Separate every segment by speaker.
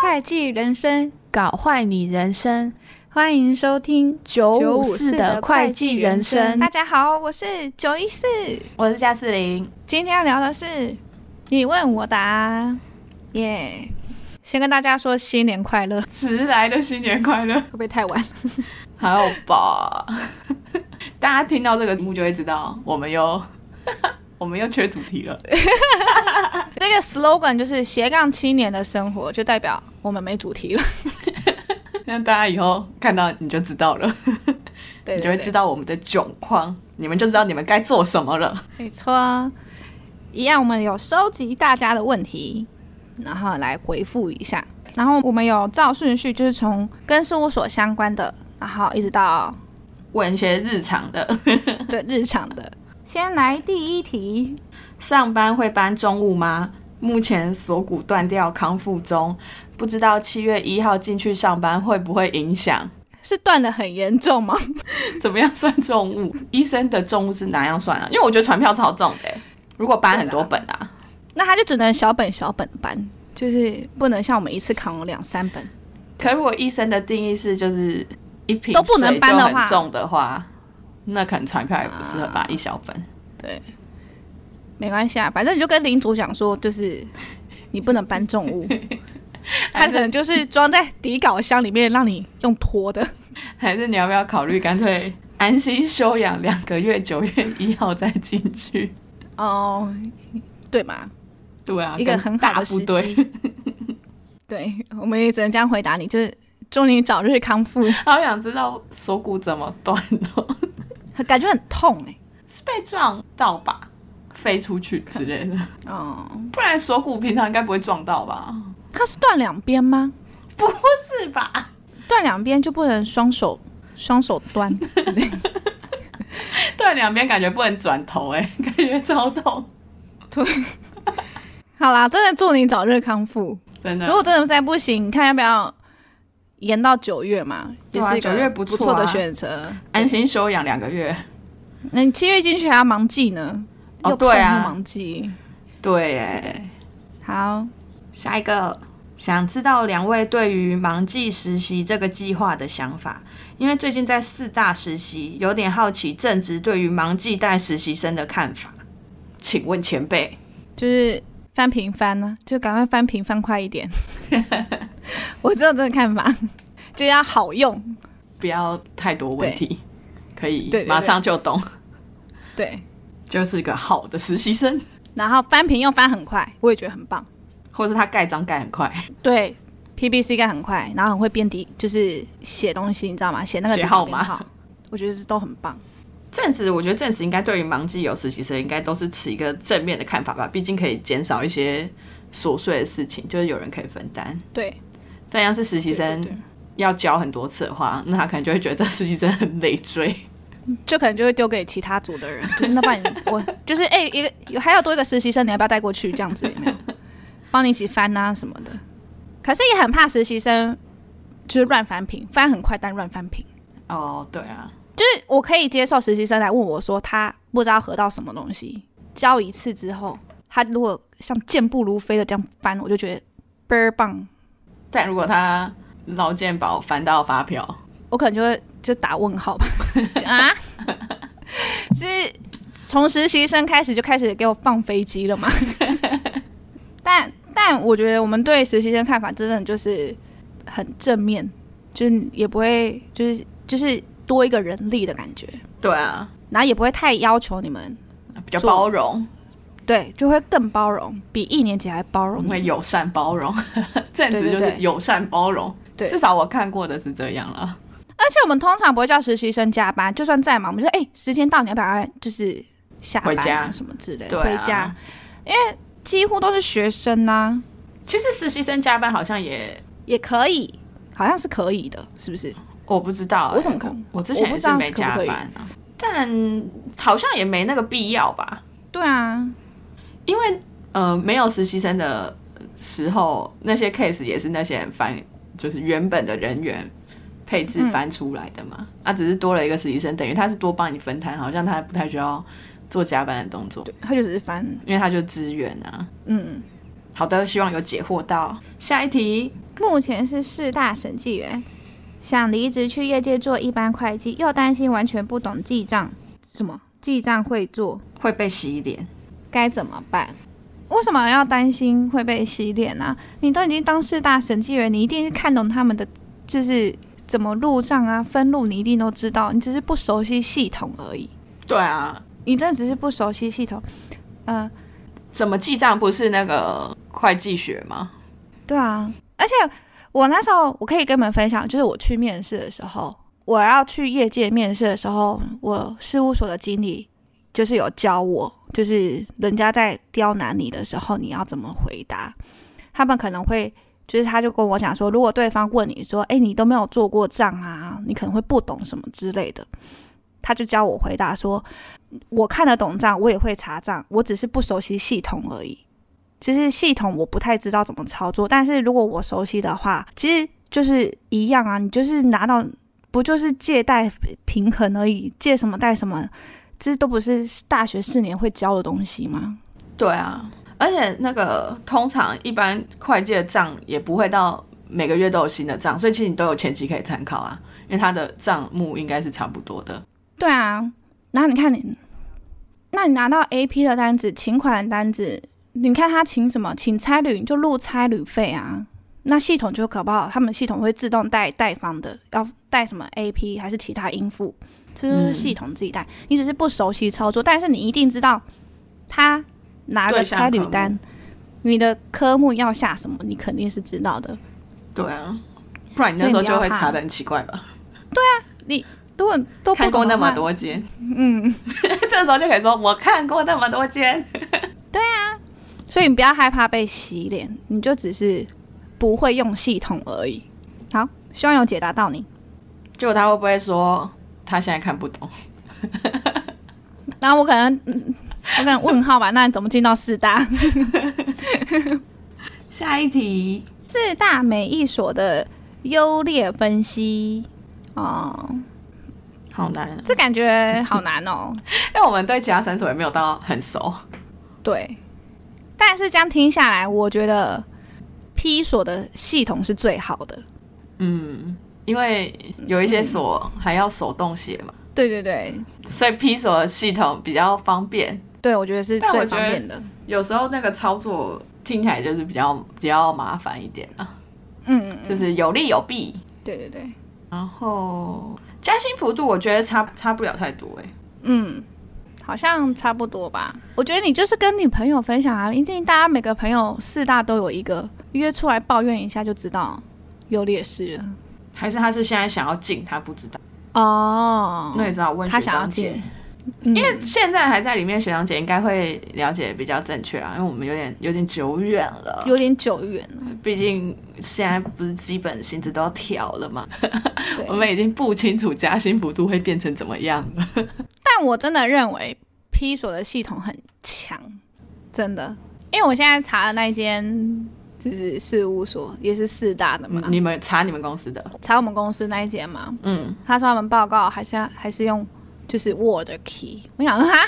Speaker 1: 会计人生，
Speaker 2: 搞坏你人生
Speaker 1: 欢迎收听
Speaker 2: 九五四
Speaker 1: 954
Speaker 2: 的会计人生
Speaker 1: 大。家好，我是九一四，
Speaker 2: 我是加四零，
Speaker 1: 今天要聊的是你问我答，耶、先跟大家说新年快乐， 会
Speaker 2: 迟来的新年快乐，
Speaker 1: 不会太晚？
Speaker 2: 还好吧？ 大家听到这个题目就会知道，我们又 我们又缺主题了。
Speaker 1: 这个 slogan 就是斜杠七年的生活，就代表我们没主题 了。
Speaker 2: 那大家以后看到你就知道了，
Speaker 1: 对
Speaker 2: 你就会知，道我们的窘况，你们就知道你们该做什么了。
Speaker 1: 对对没错。一样，我们有收集大家的问题，然后来回复一下。然后我们有照顺序，就是从跟事务所相关的，然后一直到
Speaker 2: 问一些日常的，
Speaker 1: 对日常的。先来第一题，
Speaker 2: 上班会搬重物吗？目前锁骨断掉，康复中，不知道七月一号进去上班会不会影响？
Speaker 1: 是断的很严重吗？
Speaker 2: 怎么样算重物？医生的重物是哪样算啊？因为我觉得传票超重的欸、如果搬很多本啊，
Speaker 1: 那他就只能小本小本搬，就是不能像我们一次扛两三本。
Speaker 2: 可如果医生的定义是就是一瓶
Speaker 1: 都不能搬的话啊
Speaker 2: 水就很重的话，那可能传票也不适合吧，一小本。
Speaker 1: 对，没关系啊，反正你就跟领主讲说，就是你不能搬重物，他可能就是装在底稿箱里面，让你用拖的。
Speaker 2: 还是你要不要考虑干脆安心休养两个月，九月一号再进 去？
Speaker 1: 哦，对嘛，
Speaker 2: 对啊，
Speaker 1: 一个
Speaker 2: 跟
Speaker 1: 很好
Speaker 2: 大
Speaker 1: 的时
Speaker 2: 部
Speaker 1: 机
Speaker 2: 队。
Speaker 1: 对，我们也只能这样回答你，就是祝你早日康复，
Speaker 2: 好想知道锁骨怎么断哦，
Speaker 1: 感觉很痛哎、
Speaker 2: 是被撞到吧，飞出去之类 的，
Speaker 1: 哦，
Speaker 2: 不然锁骨平常应该不会撞到吧？
Speaker 1: 它是断两边吗？
Speaker 2: 不是吧？
Speaker 1: 断两边就不能双手双手端， 对不对？
Speaker 2: 断两边感觉不能转头、欸， 哎，感觉超痛，
Speaker 1: 好啦，真的祝你早日康复。
Speaker 2: 真
Speaker 1: 如
Speaker 2: 的。
Speaker 1: 果真的再不行，你看要不要延到九月嘛？
Speaker 2: 对
Speaker 1: 也
Speaker 2: 啊
Speaker 1: 是一
Speaker 2: 九月
Speaker 1: 个
Speaker 2: 不错
Speaker 1: 错
Speaker 2: 啊
Speaker 1: 的选择。
Speaker 2: 安心休养两个月，
Speaker 1: 那你七月进去还要忙季呢，
Speaker 2: 哦
Speaker 1: 又痛
Speaker 2: 对啊
Speaker 1: 又忙季。
Speaker 2: 对，哎，
Speaker 1: 好，
Speaker 2: 下一个。想知道两位对于盲记实习这个计划的想法，因为最近在四大实习，有点好奇正职对于盲记带实习生的看法。请问前辈，
Speaker 1: 就是翻平翻呢、就赶快翻平翻快一点。 我知道这个看法，就要好用。
Speaker 2: 不要太多问题，可以
Speaker 1: 对对对
Speaker 2: 马上就懂，
Speaker 1: 对，
Speaker 2: 就是个好的实习生，
Speaker 1: 然后翻平又翻很快，我也觉得很棒。
Speaker 2: 或是他盖章盖很快，
Speaker 1: 对，PBC 盖很快，然后很会编底，就是写东西，你知道吗？写那个
Speaker 2: 写
Speaker 1: 底稿
Speaker 2: 号
Speaker 1: 编
Speaker 2: 码
Speaker 1: 号，我觉得这都很棒。
Speaker 2: 正职，我觉得正职应该对于盲记有实习生应该都是持一个正面的看法吧，毕竟可以减少一些琐碎的事情，就是有人可以分担。
Speaker 1: 对，
Speaker 2: 但要是实习生
Speaker 1: 对对
Speaker 2: 要教很多次的话，那他可能就会觉得实习生很 累赘。
Speaker 1: 就可能就会丢给其他组的人， 就是那帮你我就是哎、一个有还有多一个实习生，你要不要带过去这样子？有 没有帮你一起翻啊什么的？可是也很怕实习生就是乱翻屏，翻很快但乱翻屏。
Speaker 2: 哦，对啊，
Speaker 1: 就是我可以接受实习生来问我说他不知道合到什么东西，教一次之后，他如果像健步如飞的这样翻，我就觉得倍儿棒，
Speaker 2: 但如果他劳健保翻到发票，
Speaker 1: 我可能就会就打问号吧。就啊，是从实习生开始就开始给我放飞机了吗？ 但但我觉得我们对实习生看法真的就是很正面，就是也不会就是就是多一个人力的感觉，
Speaker 2: 对啊，
Speaker 1: 然后也不会太要求你们，
Speaker 2: 比较
Speaker 1: 做嗯
Speaker 2: 包容，
Speaker 1: 对，就会更包容，比一年级还包容
Speaker 2: 因
Speaker 1: 你们。
Speaker 2: 为友善包容， 正职
Speaker 1: 对对
Speaker 2: 就是
Speaker 1: 对
Speaker 2: 友善包容。
Speaker 1: 对
Speaker 2: 至少我看过的是这样啦。
Speaker 1: 而且我们通常不会叫实习生加班，就算再忙，我们就说哎、时间到，你要不要就是下班、
Speaker 2: 回家
Speaker 1: 啊、什么之类的，
Speaker 2: 对、啊，
Speaker 1: 回家。几乎都是学生啊呐、
Speaker 2: 其实实习生加班好像也
Speaker 1: 也可以，好像是可以的，是不是？
Speaker 2: 我不知道、欸，
Speaker 1: 我怎么看
Speaker 2: 我之
Speaker 1: 我
Speaker 2: 前
Speaker 1: 不
Speaker 2: 也
Speaker 1: 知
Speaker 2: 是
Speaker 1: 道
Speaker 2: 没
Speaker 1: 是可不
Speaker 2: 加
Speaker 1: 可以
Speaker 2: 班啊，但好像也没那个必要吧，
Speaker 1: 对啊，
Speaker 2: 因为呃，没有实习生的时候，那些 case 也是那些人翻，就是原本的人员配
Speaker 1: 嗯
Speaker 2: 置翻出来的嘛，啊，只是多了一个实习生，等于他是多帮你分摊，好像他不太需要做加班的动作，
Speaker 1: 他就只是翻，
Speaker 2: 因为他就支援啊。
Speaker 1: 嗯，
Speaker 2: 好的，希望有解惑到下一题。
Speaker 1: 目前是四大审计员，想离职去业界做一般会计，又担心完全不懂记账，什么记账会做，
Speaker 2: 会被洗脸，
Speaker 1: 该怎么办？为什么要担心会被洗脸呢、啊？你都已经当四大审计员，你一定是看懂他们的就是怎么入账啊、分录，你一定都知道，你只是不熟悉系统而已。
Speaker 2: 对啊，
Speaker 1: 你真的只是不熟悉系统。呃，
Speaker 2: 怎么记账不是那个会计学吗？
Speaker 1: 对啊，而且我那时候我可以跟你们分享，就是我去面试的时候，我要去业界面试的时候，我事务所的经理就是有教我，就是人家在刁难你的时候，你要怎么回答。他们可能会，就是他就跟我讲说，如果对方问你说，哎，你都没有做过账啊，你可能会不懂什么之类的，他就教我回答说，我看得懂账，我也会查账，我只是不熟悉系统而已。就是系统我不太知道怎么操作，但是如果我熟悉的话，其实就是一样啊。你就是拿到不就是借贷平衡而已，借什么贷什么，这都不是大学四年会教的东西吗？
Speaker 2: 对啊，而且那个通常一般会计的账也不会到每个月都有新的账，所以其实你都有前期可以参考啊，因为它的账目应该是差不多的。
Speaker 1: 对啊，然后你看你，那你拿到 AP 的单子、请款的单子，你看他请什么？请差旅，你就录差旅费啊。那系统就搞不好，他们系统会自动带贷方的，要带什么 AP 还是其他应付，这就是系统自己带。你只是不熟悉操作，但是你一定知道他拿
Speaker 2: 对
Speaker 1: 了
Speaker 2: 象
Speaker 1: 差
Speaker 2: 科
Speaker 1: 旅
Speaker 2: 目
Speaker 1: 单，你的科目要下什么，你肯定是知道的。
Speaker 2: 对啊，不然你那时候就会查的很奇怪吧？
Speaker 1: 如果都不啊
Speaker 2: 看过
Speaker 1: 懂
Speaker 2: 那
Speaker 1: 的
Speaker 2: 么
Speaker 1: 话，
Speaker 2: 多间，
Speaker 1: 嗯，
Speaker 2: 这时候就可以说我看过那么多间。
Speaker 1: 所以你不要害怕被洗脸，你就只是不会用系统而已。好，希望有解答到你。
Speaker 2: 结果他会不会说他现在看不懂？
Speaker 1: 然后我可能，嗯我可能问号吧，那你怎么进到四大？
Speaker 2: 下一题，
Speaker 1: 四大美一所的优劣分析。哦，
Speaker 2: 好难、啊，
Speaker 1: 这感觉好难哦。
Speaker 2: 因为我们对其他三所也没有到很熟。
Speaker 1: 对，但是这样听下来，我觉得 P 所的系统是最好的。
Speaker 2: 嗯，因为有一些锁还要手动写嘛，
Speaker 1: 对对对，
Speaker 2: 所以 P 锁的系统比较方便。
Speaker 1: 对我觉得是
Speaker 2: 但我
Speaker 1: 最
Speaker 2: 觉
Speaker 1: 方
Speaker 2: 得
Speaker 1: 便的。
Speaker 2: 有时候那个操作听起来就是比较比较麻烦一点啊，
Speaker 1: 嗯，嗯
Speaker 2: 就是有利有弊。
Speaker 1: 对对对，
Speaker 2: 然后加薪幅度我觉得差差不了太多哎、
Speaker 1: 嗯，好像差不多吧。我觉得你就是跟你朋友分享啊，因为大家每个朋友四大都有一个，约出来抱怨一下就知道有劣势了。
Speaker 2: 还是他是现在想要进，他不知道。
Speaker 1: 哦，
Speaker 2: 那你知道问
Speaker 1: 他
Speaker 2: 学
Speaker 1: 想要
Speaker 2: 长姐
Speaker 1: 进，嗯因
Speaker 2: 因为现在还在里面，学长姐应该会了解比较正确啊，因为我们有点有点久远了。
Speaker 1: 有点久远了，
Speaker 2: 毕竟现在不是基本薪资都要调了嘛，
Speaker 1: 对
Speaker 2: 我们已经不清楚加薪幅度会变成怎么样了。
Speaker 1: 但我真的认为 P 所的系统很强，真的，因为我现在查的那一间就是事务所，也是四大的嘛，
Speaker 2: 嗯你们查你们公司的，
Speaker 1: 查我们公司那一间嘛，
Speaker 2: 嗯，
Speaker 1: 他说他们报告还是还是用就是 Word key，我想说哈，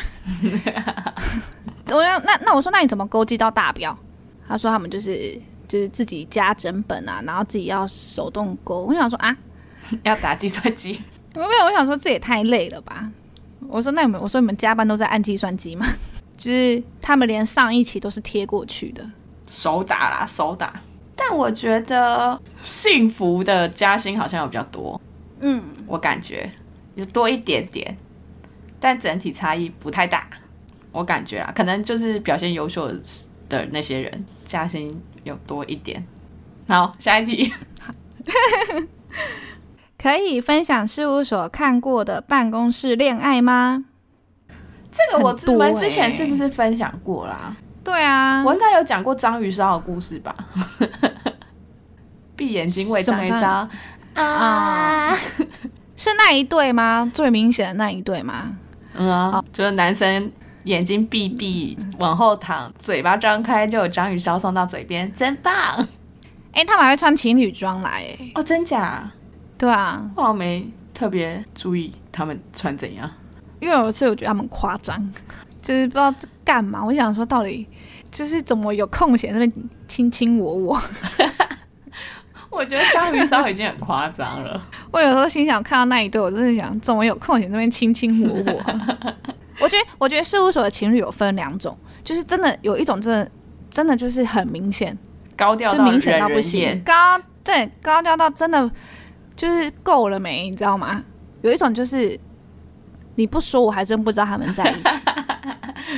Speaker 1: 我要那那我说那你怎么勾稽到大表？他说他们就是就是自己加整本啊，然后自己要手动勾。我想说啊，
Speaker 2: 要打计算机，
Speaker 1: 我我想说这也太累了吧。我说那你们我说你们加班都在按计算机吗？ 就是他们连上一期都是贴过去的，
Speaker 2: 手打啦，手打。但我觉得幸福的加薪好像有比较多，
Speaker 1: 嗯，
Speaker 2: 我感觉有多一点点，但整体差异不太大，我感觉啦，可能就是表现优秀的那些人加薪有多一点。好，下一题。
Speaker 1: 可以分享事务所看过的办公室恋爱吗？
Speaker 2: 这个我之
Speaker 1: 很多
Speaker 2: 们之前
Speaker 1: 欸
Speaker 2: 是不是分享过啦？
Speaker 1: 对啊，
Speaker 2: 我应该有讲过章鱼烧的故事吧？闭眼睛喂章鱼
Speaker 1: 什
Speaker 2: 烧
Speaker 1: 么
Speaker 2: 啊，
Speaker 1: 是那一对吗？最明显的那一对吗？
Speaker 2: 嗯
Speaker 1: 哦
Speaker 2: 啊，就是男生眼睛闭闭往后躺，嘴巴张开就有章鱼烧送到嘴边，真 棒！
Speaker 1: 哎、他们还会穿情侣装来、哎，
Speaker 2: 哦，真假？
Speaker 1: 对啊，
Speaker 2: 我好像没特别注意他们穿怎样。
Speaker 1: 因为有一次我觉得他们夸张， 就是不知道在干嘛。我想说，到底就是怎么有空闲在那边卿卿我我？
Speaker 2: 我觉得章鱼烧已经很夸张了。
Speaker 1: 我有时候心想，看到那一对，我真的想，怎么有空闲在那边卿卿我我啊？我觉得，我觉得事务所的情侣有分两种，就是真的有一种真的真的就是很明显，
Speaker 2: 高调
Speaker 1: 就
Speaker 2: 到
Speaker 1: 明显到
Speaker 2: 人
Speaker 1: 不
Speaker 2: 人厌
Speaker 1: 行，高对高调到真的就是够了没，你知道吗？有一种就是你不说，我还真不知道他们 在一起。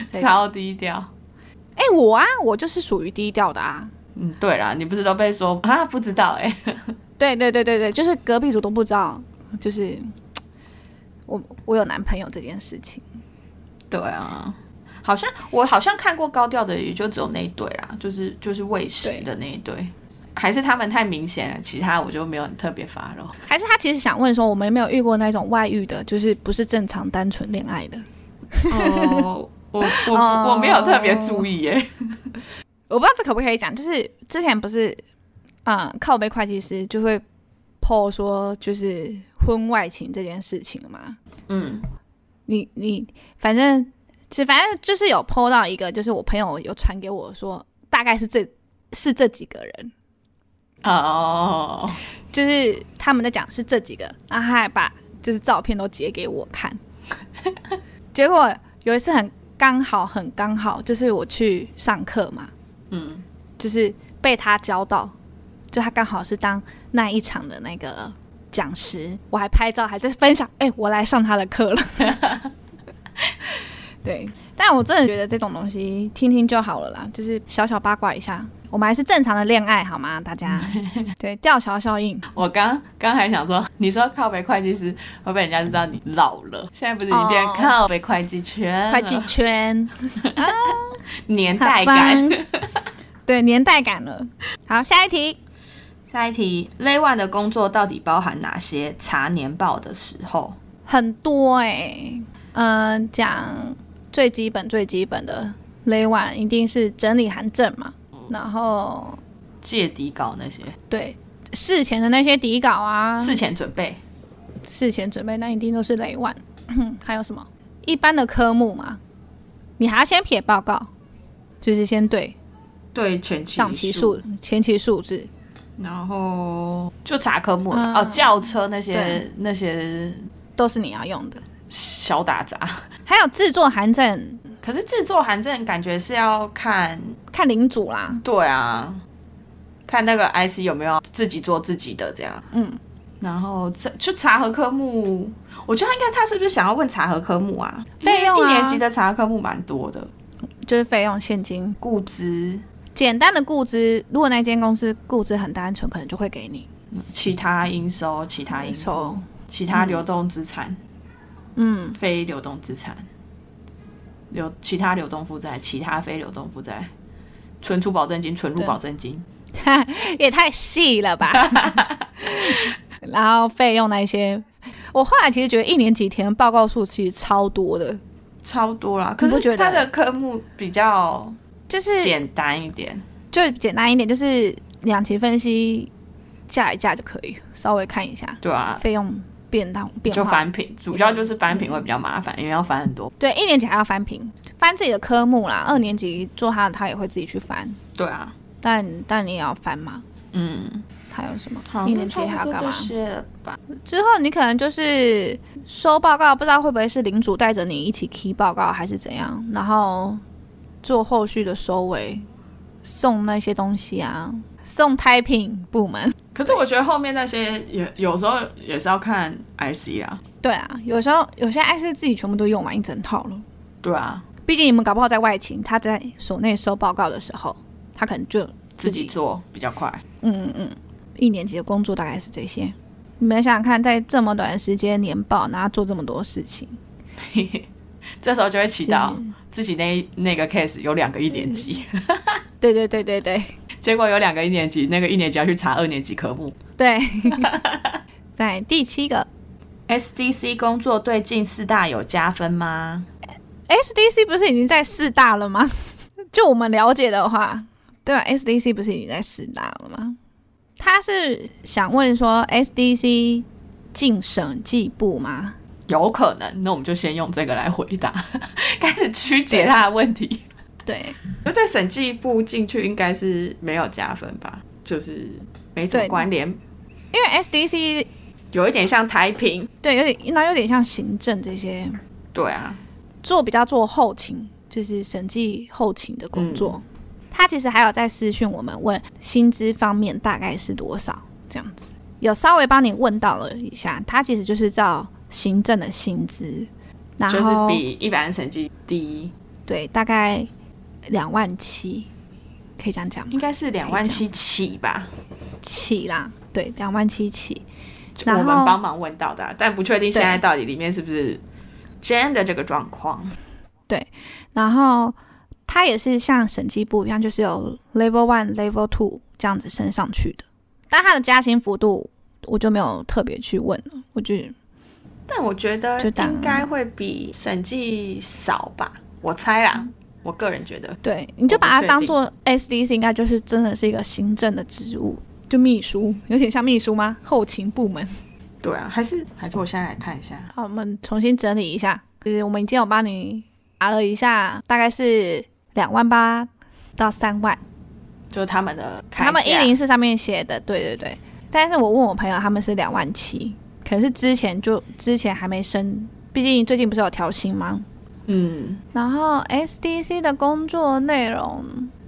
Speaker 1: 这个
Speaker 2: 超低调。
Speaker 1: 哎、我啊，我就是属于低调的啊。
Speaker 2: 嗯，对啦，你不是都被说啊不知道哎、
Speaker 1: 对对对对对，就是隔壁组都不知道，就是我我有男朋友这件事情。
Speaker 2: 对啊，好像我好像看过高调的，也就只有那一对啦，就是就是喂食的那一对，还是他们太明显了，其他我就没有很特别发了。
Speaker 1: 还是他其实想问说，我们有没有遇过那种外遇的，就是不是正常单纯恋爱的？
Speaker 2: 哦， 我我
Speaker 1: 哦
Speaker 2: 我没有特别注意耶、
Speaker 1: 我不知道这可不可以讲，就是之前不是，嗯，靠背会计师就会 po 说就是婚外情这件事情嘛。
Speaker 2: 嗯，
Speaker 1: 你你反正是反正就是有 po 到一个，就是我朋友有传给我说，大概是这是这几个人，
Speaker 2: 哦，
Speaker 1: 就是他们在讲是这几个，然后他还把就是照片都截给我看。 结果有一次很刚好，很刚好，就是我去上课嘛，
Speaker 2: 嗯，
Speaker 1: 就是被他教到，就他刚好是当那一场的那个讲师，我还拍照，还在分享，哎、我来上他的课了。 对，但我真的觉得这种东西听听就好了啦，就是小小八卦一下，我们还是正常的恋爱好吗？大家对吊桥效应，
Speaker 2: 我刚刚还想说，你说靠北会计师会被人家知道你老了，现在不是已经变成
Speaker 1: 哦
Speaker 2: 靠北会计圈了，
Speaker 1: 会计 圈
Speaker 2: 年嗯代感。，
Speaker 1: 好棒 对年代感了。好，下一题，
Speaker 2: 下一题，Lay One 的工作到底包含哪些？查年报的时候，
Speaker 1: 很多哎、嗯、讲最基本最基本的 lay one 一定是整理函证嘛，
Speaker 2: 嗯
Speaker 1: 然后
Speaker 2: 借底稿那些，
Speaker 1: 对事前的那些底稿啊，
Speaker 2: 事前准备。
Speaker 1: 事前准备那一定都是 lay one，还 有什么一般的科目嘛，你还要先撇报告，就是先对
Speaker 2: 对前期
Speaker 1: 上期数、前期数字，
Speaker 2: 然后就查科目了、
Speaker 1: 嗯
Speaker 2: 哦，轿车那些
Speaker 1: 对
Speaker 2: 那些
Speaker 1: 都是你要用的，
Speaker 2: 小打杂。
Speaker 1: 还有制作函证
Speaker 2: 可是制作函证感觉是要看，
Speaker 1: 看领主啦，
Speaker 2: 对啊，看那个 IC 有没有自己做自己的这样。
Speaker 1: 嗯，
Speaker 2: 然后这就查核科目，我觉得他应该他是不是想要问查核科目啊？
Speaker 1: 费用啊
Speaker 2: 因为一年级的查核科目蛮多的，
Speaker 1: 就是费用现金
Speaker 2: 估值
Speaker 1: 简单的估值，如果那间公司估值很单纯，可能就会给你
Speaker 2: 其他应收、其他应收、
Speaker 1: 收。
Speaker 2: 其他流动资产、
Speaker 1: 嗯，
Speaker 2: 非流动资产、流其他流动负债、其他非流动负债、存出保证金、存入
Speaker 1: 对
Speaker 2: 保证金。
Speaker 1: 也太细了吧。 然后费用那一些，我后来其实觉得一年级填报告数其实超多的，
Speaker 2: 超多啦，可
Speaker 1: 你不
Speaker 2: 是
Speaker 1: 觉得
Speaker 2: 它的科目比较
Speaker 1: 就是
Speaker 2: 简单一点，
Speaker 1: 就简单一点，就是两期分析架一架就可以，稍微看一下
Speaker 2: 对啊，
Speaker 1: 费用变到变
Speaker 2: 就
Speaker 1: 化。嗯
Speaker 2: 翻品，主要就是翻品会比较麻烦，因为要翻很多。
Speaker 1: 对，一年级还要翻评，翻自己的科目啦。二年级做他的，他也会自己去翻，
Speaker 2: 对啊，
Speaker 1: 但但你也要翻嘛。
Speaker 2: 嗯，
Speaker 1: 还有什么？
Speaker 2: 好，
Speaker 1: 一
Speaker 2: 那
Speaker 1: 年级
Speaker 2: 差
Speaker 1: 还要
Speaker 2: 不多
Speaker 1: 干
Speaker 2: 这
Speaker 1: 嘛？
Speaker 2: 些了吧？
Speaker 1: 之后你可能就是收报告，不知道会不会是领主带着你一起 key 报告，还是怎样，然后做后续的收尾，送那些东西啊，送胎品部门。
Speaker 2: 可是我觉得后面那些也有时候也是要看 IC 啊，
Speaker 1: 对啊，有时候有些爱是自己全部都用完一整套了，
Speaker 2: 对啊，
Speaker 1: 毕竟你们搞不好在外勤，他在所内收报告的时候，他可能就
Speaker 2: 自己做比较快。
Speaker 1: 嗯嗯嗯，一年级的工作大概是这些。你们想想看，在这么短的时间年报，然后做这么多事情，
Speaker 2: 这时候就会祈祷
Speaker 1: 就是
Speaker 2: 自己那那个 case 有两个一年级，
Speaker 1: 对对对对对。
Speaker 2: 结果有两个一年级，那个一年级要去查二年级科目。
Speaker 1: 对，在第七个
Speaker 2: SDC 工作对近四大有加分吗？
Speaker 1: SDC 不是已经在四大了吗？就我们了解的话，对啊，SDC 不是已经在四大了吗？他是想问说 SDC 进审计部吗？
Speaker 2: 有可能，那我们就先用这个来回答， 开始曲解他的问 题。
Speaker 1: 对
Speaker 2: 就对审计部进去应该是没有加分吧，就是没什么
Speaker 1: 对
Speaker 2: 关联，
Speaker 1: 因为 SDC
Speaker 2: 有一点像台评。
Speaker 1: 对有点，那有点像行政这些
Speaker 2: 对啊，
Speaker 1: 做比较做后勤，就是审计后勤的工作。
Speaker 2: 嗯
Speaker 1: 他其实还有在私讯我们问薪资方面大概是多少这样子，有稍微帮你问到了一下。他其实就是照行政的薪资，然
Speaker 2: 就是
Speaker 1: 后
Speaker 2: 比一般审计低，
Speaker 1: 对大概两万七，可以这样讲吗
Speaker 2: 应？该是两万七起吧。
Speaker 1: 起啦，对，两万七起。
Speaker 2: 就
Speaker 1: 然
Speaker 2: 我
Speaker 1: 后
Speaker 2: 们帮忙问到的啊、但不确定现在到底里面是不是真的这个状况。
Speaker 1: 然后它也是像审计部一样，就是有 level one、level two 这样子升上去的。但它的加薪幅度我就没有特别去问了，我就
Speaker 2: 但我觉得
Speaker 1: 就当
Speaker 2: 应该会比审计少吧，我猜啦，
Speaker 1: 嗯
Speaker 2: 我个人觉得。
Speaker 1: 对，你就
Speaker 2: 我不
Speaker 1: 把它
Speaker 2: 确
Speaker 1: 当做 SDC，应该就是真的是一个行政的职务，就秘书，有点像秘书吗？ 后勤部门。
Speaker 2: 对啊，还是还是我现在来看一下，
Speaker 1: 好，我们重新整理一下，就是我们已经有帮你查了一下，大概是两万八到三万。
Speaker 2: 就是他们的开价
Speaker 1: 他们一零四上面写的，对对对。但是我问我朋友，他们是两万七，可是之前就之前还没升，毕竟最近不是有调薪吗？
Speaker 2: 嗯，
Speaker 1: 然后 SDC 的工作内容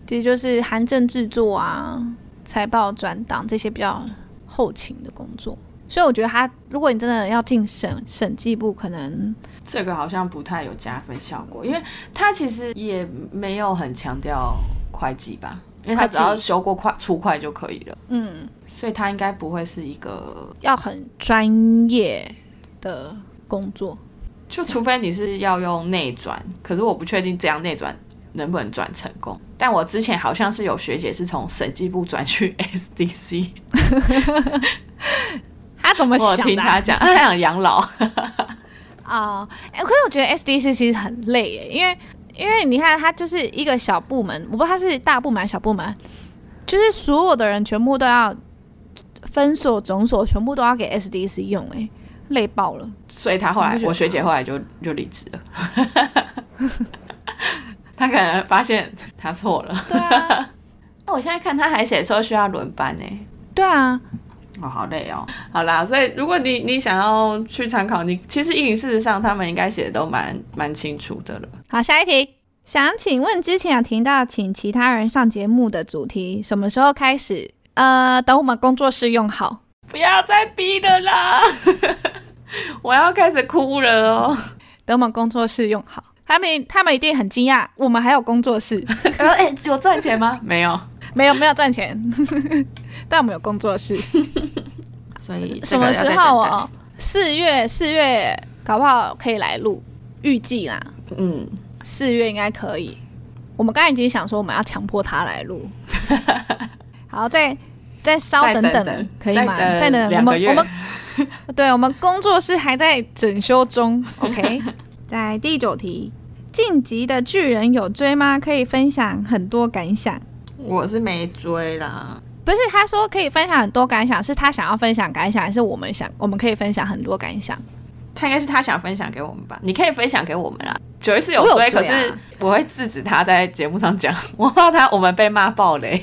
Speaker 1: 其实就是函政制作啊、财报转档这些比较后勤的工作，所以我觉得他，如果你真的要进审审计部，可能
Speaker 2: 这个好像不太有加分效果，因为他其实也没有很强调会计吧，因为他只要
Speaker 1: 会计
Speaker 2: 修过会出会就可以了，
Speaker 1: 嗯
Speaker 2: 所以他应该不会是一个，
Speaker 1: 要很专业的工作，
Speaker 2: 就除非你是要用内转，可是我不确定这样内转能不能转成功。但我之前好像是有学姐是从审计部转去 SDC，
Speaker 1: 他怎么
Speaker 2: 我
Speaker 1: 想
Speaker 2: 有
Speaker 1: 的啊、
Speaker 2: 听她讲，她想养老，
Speaker 1: 哦，哎、可是我觉得 SDC 其实很累耶，因为因为你看，它就是一个小部门，我不知道它是大部门还是小部门，就是所有的人全部都要分所总所全部都要给 SDC 用，哎，累爆了。
Speaker 2: 所以她后
Speaker 1: 你
Speaker 2: 来
Speaker 1: 不觉得
Speaker 2: 我学姐后来就就离职了， 她可能发现她错了。
Speaker 1: 对啊，
Speaker 2: 那我现在看他还写说需要轮班呢、
Speaker 1: 对啊，
Speaker 2: 哦，好累哦。好啦，所以如果你你想要去参考，你其实一零四十上他们应该写的都蛮蛮清楚的了。
Speaker 1: 好，下一题。想请问之前有听到请其他人上节目的主题，什么时候开始？呃，等我们工作室用好。
Speaker 2: 不要再逼了啦， 我要开始哭了哦。
Speaker 1: 等我们工作室用好。他们他们一定很惊讶，我们还有工作室，
Speaker 2: 然后哎、有赚钱吗？ 没有。
Speaker 1: 没有没有赚钱， 但我们有工作室。
Speaker 2: 所以
Speaker 1: 什么时候？
Speaker 2: 啊
Speaker 1: 哦？四月四月，搞不好可以来录，预计啦，
Speaker 2: 嗯，
Speaker 1: 四月应该可以。我们刚才已经想说我们要强迫他来 录，好，再再稍
Speaker 2: 再
Speaker 1: 等
Speaker 2: 等等
Speaker 1: 可以吗？再
Speaker 2: 再等
Speaker 1: 等，我
Speaker 2: 两个
Speaker 1: 们
Speaker 2: 月
Speaker 1: 我们 对我们工作室还在整修中，OK。在 第九题，晋级的巨人有追吗？可以分享很多感想。
Speaker 2: 我是没追啦。
Speaker 1: 不是，他说可以分享很多感想，是他想要分享感想，还是我们想我们可以分享很多感想？
Speaker 2: 他应该是他想分享给我们吧？你可以分享给我们啦。九一是有
Speaker 1: 我有
Speaker 2: 追，
Speaker 1: 追
Speaker 2: 可
Speaker 1: 啊
Speaker 2: 是我会制止他在节目上讲，我怕他我们被骂爆雷。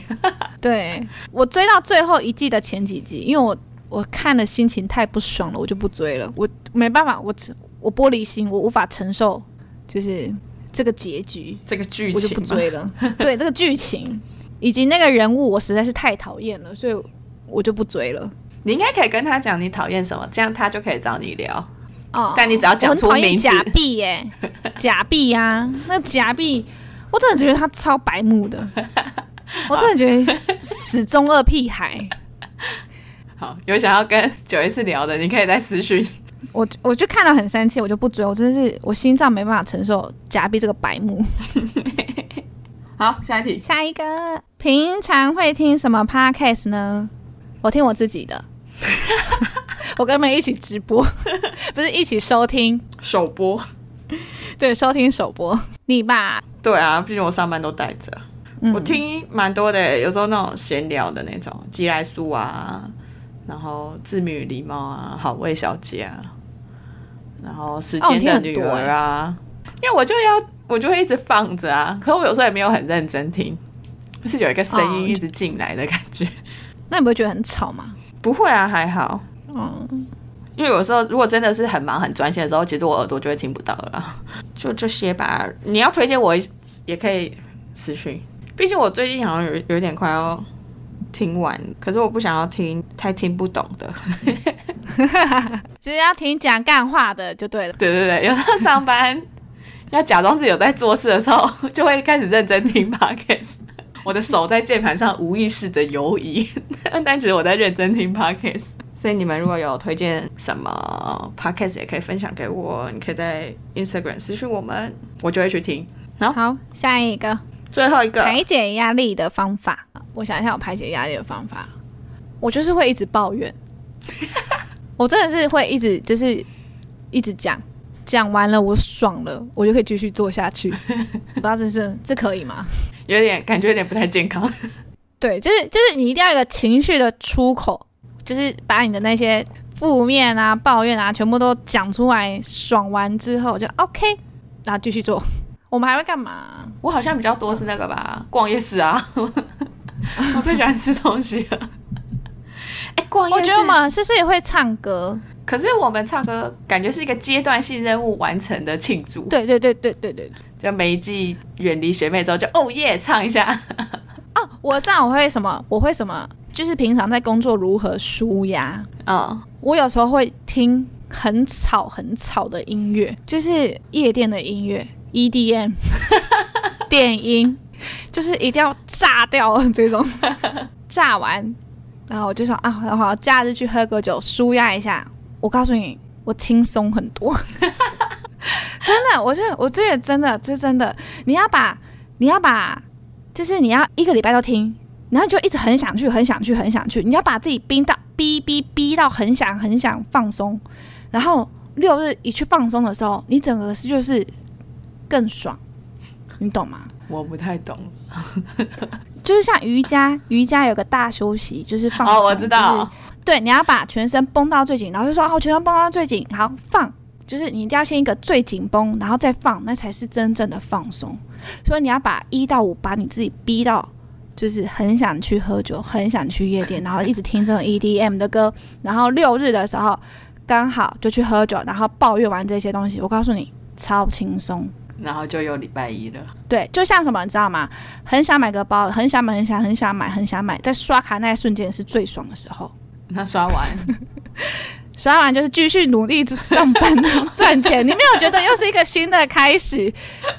Speaker 1: 对我追到最后一季的前几集，因为我我看了心情太不爽了，我就不追了。我没办法，我只我玻璃心，我无法承受，就是这个结局，
Speaker 2: 这个剧
Speaker 1: 我
Speaker 2: 情啊
Speaker 1: 就
Speaker 2: 嘛
Speaker 1: 不追了。 对这个剧情以及那个人物，我实在是太讨厌了，所以我就不追了。
Speaker 2: 你应该可以跟他讲你讨厌什么，这样他就可以找你聊。
Speaker 1: 哦，
Speaker 2: 但你只要讲出
Speaker 1: 我很讨厌
Speaker 2: 名字
Speaker 1: 假币耶、假币啊，那假币，我真的觉得他超白目 的，我真的觉得死中二屁孩。
Speaker 2: 好，有想要跟九一四聊的，你可以再私讯。
Speaker 1: 我我就看到很生气，我就不追，我真的是我心脏没办法承受假币这个白目。
Speaker 2: 好，下一题。
Speaker 1: 下一个，平常会听什么 podcast 呢？我听我自己的， 我跟他们一起直播， 不是一起收听，
Speaker 2: 首播。
Speaker 1: 对，收听首播。你吧，
Speaker 2: 对啊，毕竟我上班都带着，
Speaker 1: 嗯
Speaker 2: 我听蛮多的，有时候那种闲聊的那种，寄来书啊，然后自命与狸猫啊，好味小姐啊，然后时
Speaker 1: 哦
Speaker 2: 间
Speaker 1: 听
Speaker 2: 的
Speaker 1: 很
Speaker 2: 女
Speaker 1: 多欸
Speaker 2: 儿啊，因为我就要我就会一直放着啊，可我有时候也没有很认真听，就是有一个声
Speaker 1: 哦
Speaker 2: 音一直进来的感觉。
Speaker 1: 那你不会觉得很吵吗？
Speaker 2: 不会啊，还好，
Speaker 1: 嗯，
Speaker 2: 哦因为有时候如果真的是很忙很专心的时候，其实我耳朵就会听不到了啦。就这些吧，你要推荐我也可以私讯，毕竟我最近好像有有点快要听完，可是我不想要听太听不懂的。
Speaker 1: 就是要听讲干话的就对了。
Speaker 2: 对对对，有时候上班要假装自己有在做事的时候，就会开始认真听 podcast。我的手在键盘上无意识的游移，但其实我在认真听 podcast。所以你们如果有推荐什么 podcast，也可以分享给我，你可以在 Instagram 私讯我们，我就会去听。
Speaker 1: 好，下一个
Speaker 2: 最后一个，
Speaker 1: 排解压力的方法，我想一下，我排解压力的方法，我就是会一直抱 怨，我真的是会一直就是一直讲，讲完了我爽了，我就可以继续做下 去。我不知道这是这可以吗？
Speaker 2: 有点感觉有点不太健康。
Speaker 1: 对，就是就是你一定要有一个情绪的出口，就是把你的那些负面啊、抱怨啊，全部都讲出来，爽完之后就 OK，然后继续做。我们还会干嘛？
Speaker 2: 我好像比较多是那个吧，逛夜市啊， 我最喜欢吃东西了。哎、逛
Speaker 1: 我
Speaker 2: 夜
Speaker 1: 觉
Speaker 2: 市，
Speaker 1: 得我们是不是哦也会唱歌？
Speaker 2: 可是我们唱歌感觉是一个阶段性任务完成的庆祝，
Speaker 1: 对对对对对对。
Speaker 2: 就每一季远离学妹之后就哦耶唱一下，
Speaker 1: 哦，我知道我会什么，我会什么，就是平常在工作如何舒压。
Speaker 2: 嗯，
Speaker 1: 我有时候会听很吵很吵的音乐，就是夜店的音乐，EDM，电音，就是一定要炸掉这种，炸完，然后我就想啊，然后假日去喝个酒舒压一下。我告诉你，我轻松很多，真的，我是我这也真的，这真的，你要把你要把，就是你要一个礼拜都听，然后你就一直很想去，很想去，很想去，你要把自己逼到逼逼逼到很想很想放松，然后六日一去放松的时候，你整个是就是更爽，你懂吗？
Speaker 2: 我不太懂
Speaker 1: 就是像瑜伽，瑜伽有个大休息，就是放松。
Speaker 2: 哦，我知道，
Speaker 1: 就是对，你要把全身绷到最紧，然后就说哦，我全身绷到最紧，好放，就是你一定要先一个最紧绷，然后再放，那才是真正的放松。所以你要把一到五把你自己逼到，就是很想去喝酒，很想去夜店，然后一直听这种 EDM E 的歌，然后六日的时候刚好就去喝酒，然后抱怨完这些东西，我告诉你，超轻松。
Speaker 2: 然后就又礼拜一了，
Speaker 1: 对，就像什么，你知道吗？很想买个包，很想买，很想，很想买，很想买，在刷卡那一瞬间是最爽的时候。
Speaker 2: 那 刷完
Speaker 1: 刷完就是继续努力上班 赚钱，你没有觉得又是一个新的开始，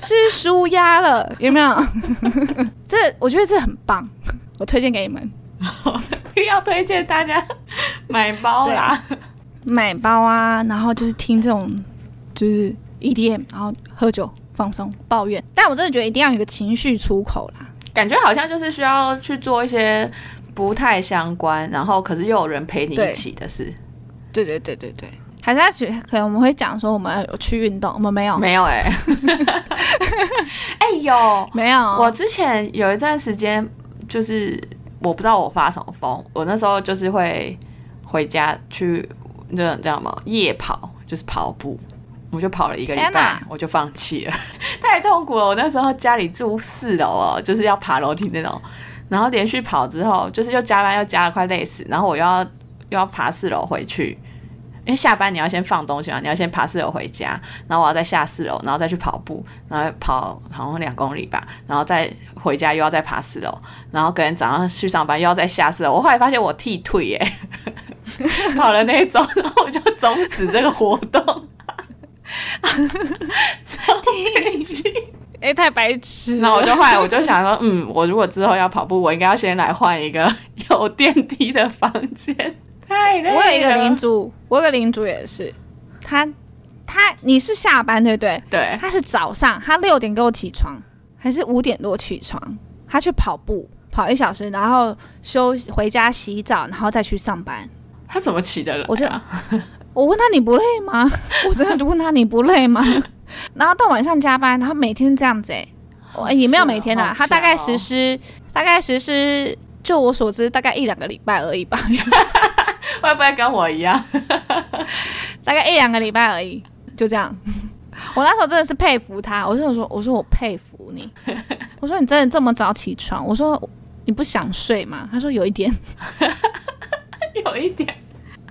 Speaker 1: 是舒压了，有没有？ 这我觉得这很棒，我推荐给你们
Speaker 2: 要推荐大家买包啦，
Speaker 1: 买包啊，然后就是听这种就是 EDM，然后喝酒放松抱怨，但我真的觉得一定要有一个情绪出口啦。
Speaker 2: 感觉好像就是需要去做一些不太相关，然后可是又有人陪你
Speaker 1: 对
Speaker 2: 一起的事，
Speaker 1: 对对对对对，还是要去，可能我们会讲说我们有去运动，我们没有，
Speaker 2: 没有 哎、哎、有，
Speaker 1: 没有，
Speaker 2: 我之前有一段时间，就是我不知道我发什么疯，我那时候就是会回家去那种叫什么夜跑，就是跑步，我就跑了一个礼
Speaker 1: 天
Speaker 2: 拜
Speaker 1: 哪，
Speaker 2: 我就放弃了， 太痛苦了。我那时候家里住四楼哦，就是要爬楼梯那种，然后连续跑之后，就是又加班又加的快累死，然后我又要又要爬四楼回去。因为下班你要先放东西嘛，你要先爬四楼回家，然后我要再下四楼，然后再去跑步，然后跑好像两公里吧，然后再回家又要再爬四楼，然后隔天早上去上班又要再下四楼。我后来发现我剃腿耶、跑了那一周， 然后我就终止这个活 动，超悲剧。
Speaker 1: 哎、太白痴
Speaker 2: 然
Speaker 1: 了，
Speaker 2: 后我就后来我就想说，嗯，我如果之后要跑步，我应该要先来换一个 有电梯的房间，太累了。
Speaker 1: 我有一个领主，我有个领主也是，他他你是下班对不对？
Speaker 2: 对，
Speaker 1: 他是早上，他六点给我起床，还是五点多起床？他去跑步，跑一小时，然后休息回家洗澡，然后再去上班。
Speaker 2: 他怎么起得来、啊？
Speaker 1: 我就我问他你不累吗？ 我真的就问他你不累吗？ 然后到晚上加班，然后每天这样子哎、我也没有每天
Speaker 2: 好
Speaker 1: 啦，
Speaker 2: 巧
Speaker 1: 他大概
Speaker 2: 哦
Speaker 1: 实施大概实施，就我所知大概一两个礼拜而已吧，
Speaker 2: 会不会跟我一样？
Speaker 1: 大概一两个礼拜而已，就这样。 我那时候真的是佩服他，我就说，我说我佩服 你，我说你真的这么早起床，我说你不想睡吗？他说有一点，
Speaker 2: 有一点，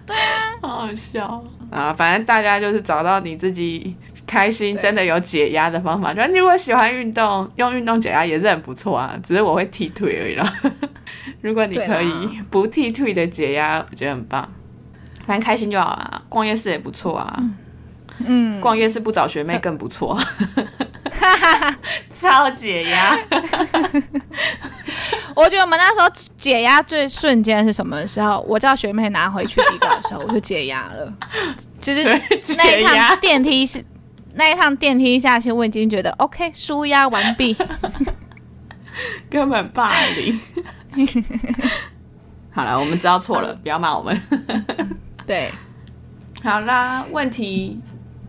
Speaker 2: 对啊，好好笑啊！反正大家就是找到你自己开心、
Speaker 1: 对
Speaker 2: 真的有解压的方法。就你如果喜欢运动，用运动解压也是很不错啊。只是我会剃腿而已啦。 如果你
Speaker 1: 对
Speaker 2: 可
Speaker 1: 啦
Speaker 2: 以不剃腿的解压，我觉得很棒。反正开心就好啦，逛夜市也不错啊。
Speaker 1: 嗯，
Speaker 2: 逛夜市不找学妹更不错，
Speaker 1: 嗯
Speaker 2: 超解压。
Speaker 1: 我觉得我们那时候解压最瞬间是什么时候？我叫学妹拿回去底稿的 时候，我就解压了。就是
Speaker 2: 对，
Speaker 1: 那
Speaker 2: 解
Speaker 1: 一
Speaker 2: 压
Speaker 1: 趟。电梯是那一趟电梯下去，我已经觉得 OK，舒压完 毕。
Speaker 2: 根本霸 凌。好了，我们知道错了，不要骂我们。
Speaker 1: 对，
Speaker 2: 好啦，问题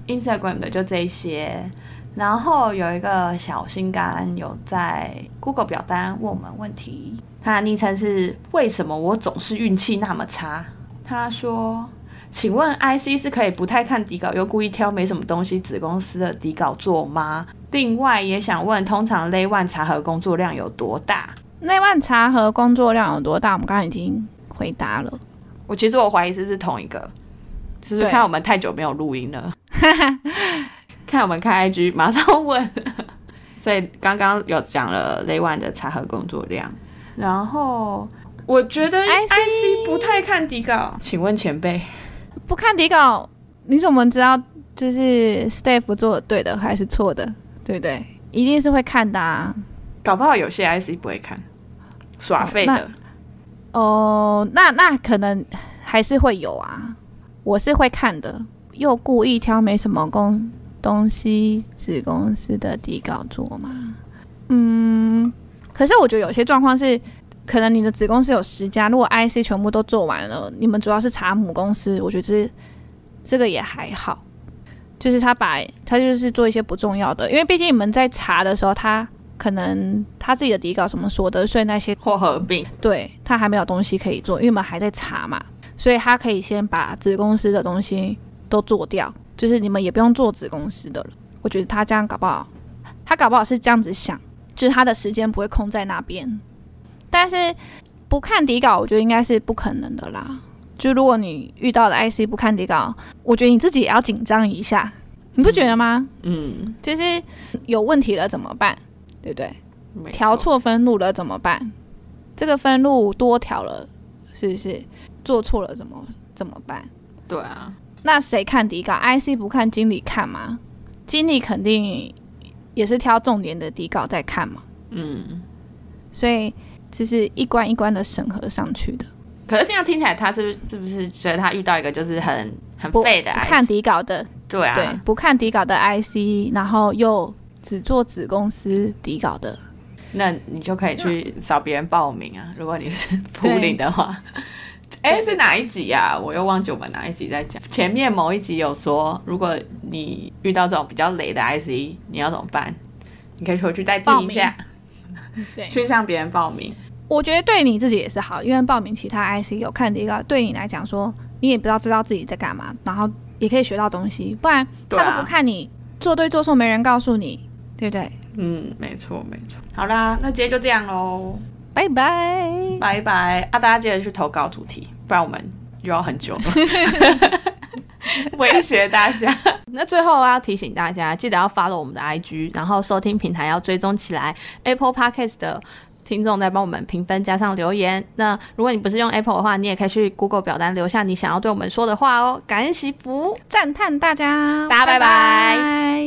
Speaker 2: Instagram 的就这些。然后有一个小心肝有在 Google 表单问我们问题，他的昵称是“为什么我总是运气那么差”。他说：“请问 IC 是可以不太看底稿，又故意挑没什么东西子公司的底稿做吗？另外也想问，通常 Lay One 茶盒工作量有多大？”
Speaker 1: 那碗茶和工作量有多大？我们刚刚已经回答了。
Speaker 2: 我其实我怀疑是不是同一个，只是
Speaker 1: 对
Speaker 2: 看我们太久没有录音了， 看我们开 IG 马上问。 所以刚刚有讲了 Lay One 的查核工作量，然后我觉得
Speaker 1: IC
Speaker 2: 不太看底稿，请问前辈，
Speaker 1: 不看底稿，你怎么知道就是 staff 做的对的还是错的？对不对？一定是会看的啊。
Speaker 2: 搞不好有些 IC 不会看，耍废的、
Speaker 1: 哦哦，那那可能还是会有啊，我是会看的，又故意挑没什么公东西子公司的底稿做嘛。嗯，可是我觉得有些状况是，可能你的子公司有十家，如果 IC 全部都做完了，你们主要是查母公司，我觉得这这个也还好，就是他把他就是做一些不重要的，因为毕竟你们在查的时候，他可能他自己的底稿什么所得税那些
Speaker 2: 或合并，
Speaker 1: 对他还没有东西可以做，因为我们还在查嘛，所以他可以先把子公司的东西都做掉，就是你们也不用做子公司的了。我觉得他这样搞不好，他搞不好是这样子想，就是他的时间不会空在那边。但是不看底稿，我觉得应该是不可能的啦。就如果你遇到的 IC 不看底稿，我觉得你自己也要紧张一下，你不觉得吗？
Speaker 2: 嗯，
Speaker 1: 就是有问题了怎么办？对不对？
Speaker 2: 没
Speaker 1: 调错分路了怎么办？这个分路多调了，是不是做错了怎么怎么办？
Speaker 2: 对啊，
Speaker 1: 那谁看底稿？IC 不看，经理看吗？经理肯定也是挑重点的底稿在看嘛，
Speaker 2: 嗯。
Speaker 1: 所以这是一关一关的审核上去的。
Speaker 2: 可是这样听起来，他是不是是不是觉得他遇到一个就是很很
Speaker 1: 不
Speaker 2: 废的
Speaker 1: 不
Speaker 2: IC？
Speaker 1: 看底稿的，
Speaker 2: 对啊，
Speaker 1: 对，不看底稿的 IC，然后又只做子公司底稿的，
Speaker 2: 那你就可以去找别人报名啊。如果你是普领的话，哎、是哪一集呀、我又忘记我们哪一集在讲。前面某一集有说，如果你遇到这种比较雷的 IC，你要怎么办？你可以回去再听一下，
Speaker 1: 对
Speaker 2: 去向别人报名。
Speaker 1: 我觉得对你自己也是好，因为报名其他 IC 有看底稿，对你来讲说，你也不知道知道自己在干嘛，然后也可以学到东西。不然
Speaker 2: 对
Speaker 1: 他都
Speaker 2: 啊
Speaker 1: 不，看你、做对做错，没人告诉你，对不对？
Speaker 2: 嗯，没错没错。好啦，那今天就这样喽，
Speaker 1: 拜拜。
Speaker 2: 拜拜啊！大家记得去投稿主题，不然我们又要很 久了。威胁大家。那最后要提醒大家，记得要 follow 我们的 IG，然后收听平台要追踪起来。Apple Podcast 的听众在帮我们评分加上留言。那如果你不是用 Apple 的话，你也可以去 Google 表单留下你想要对我们说的话哦。感恩惜福。
Speaker 1: 赞叹大家，
Speaker 2: 大家拜拜
Speaker 1: 拜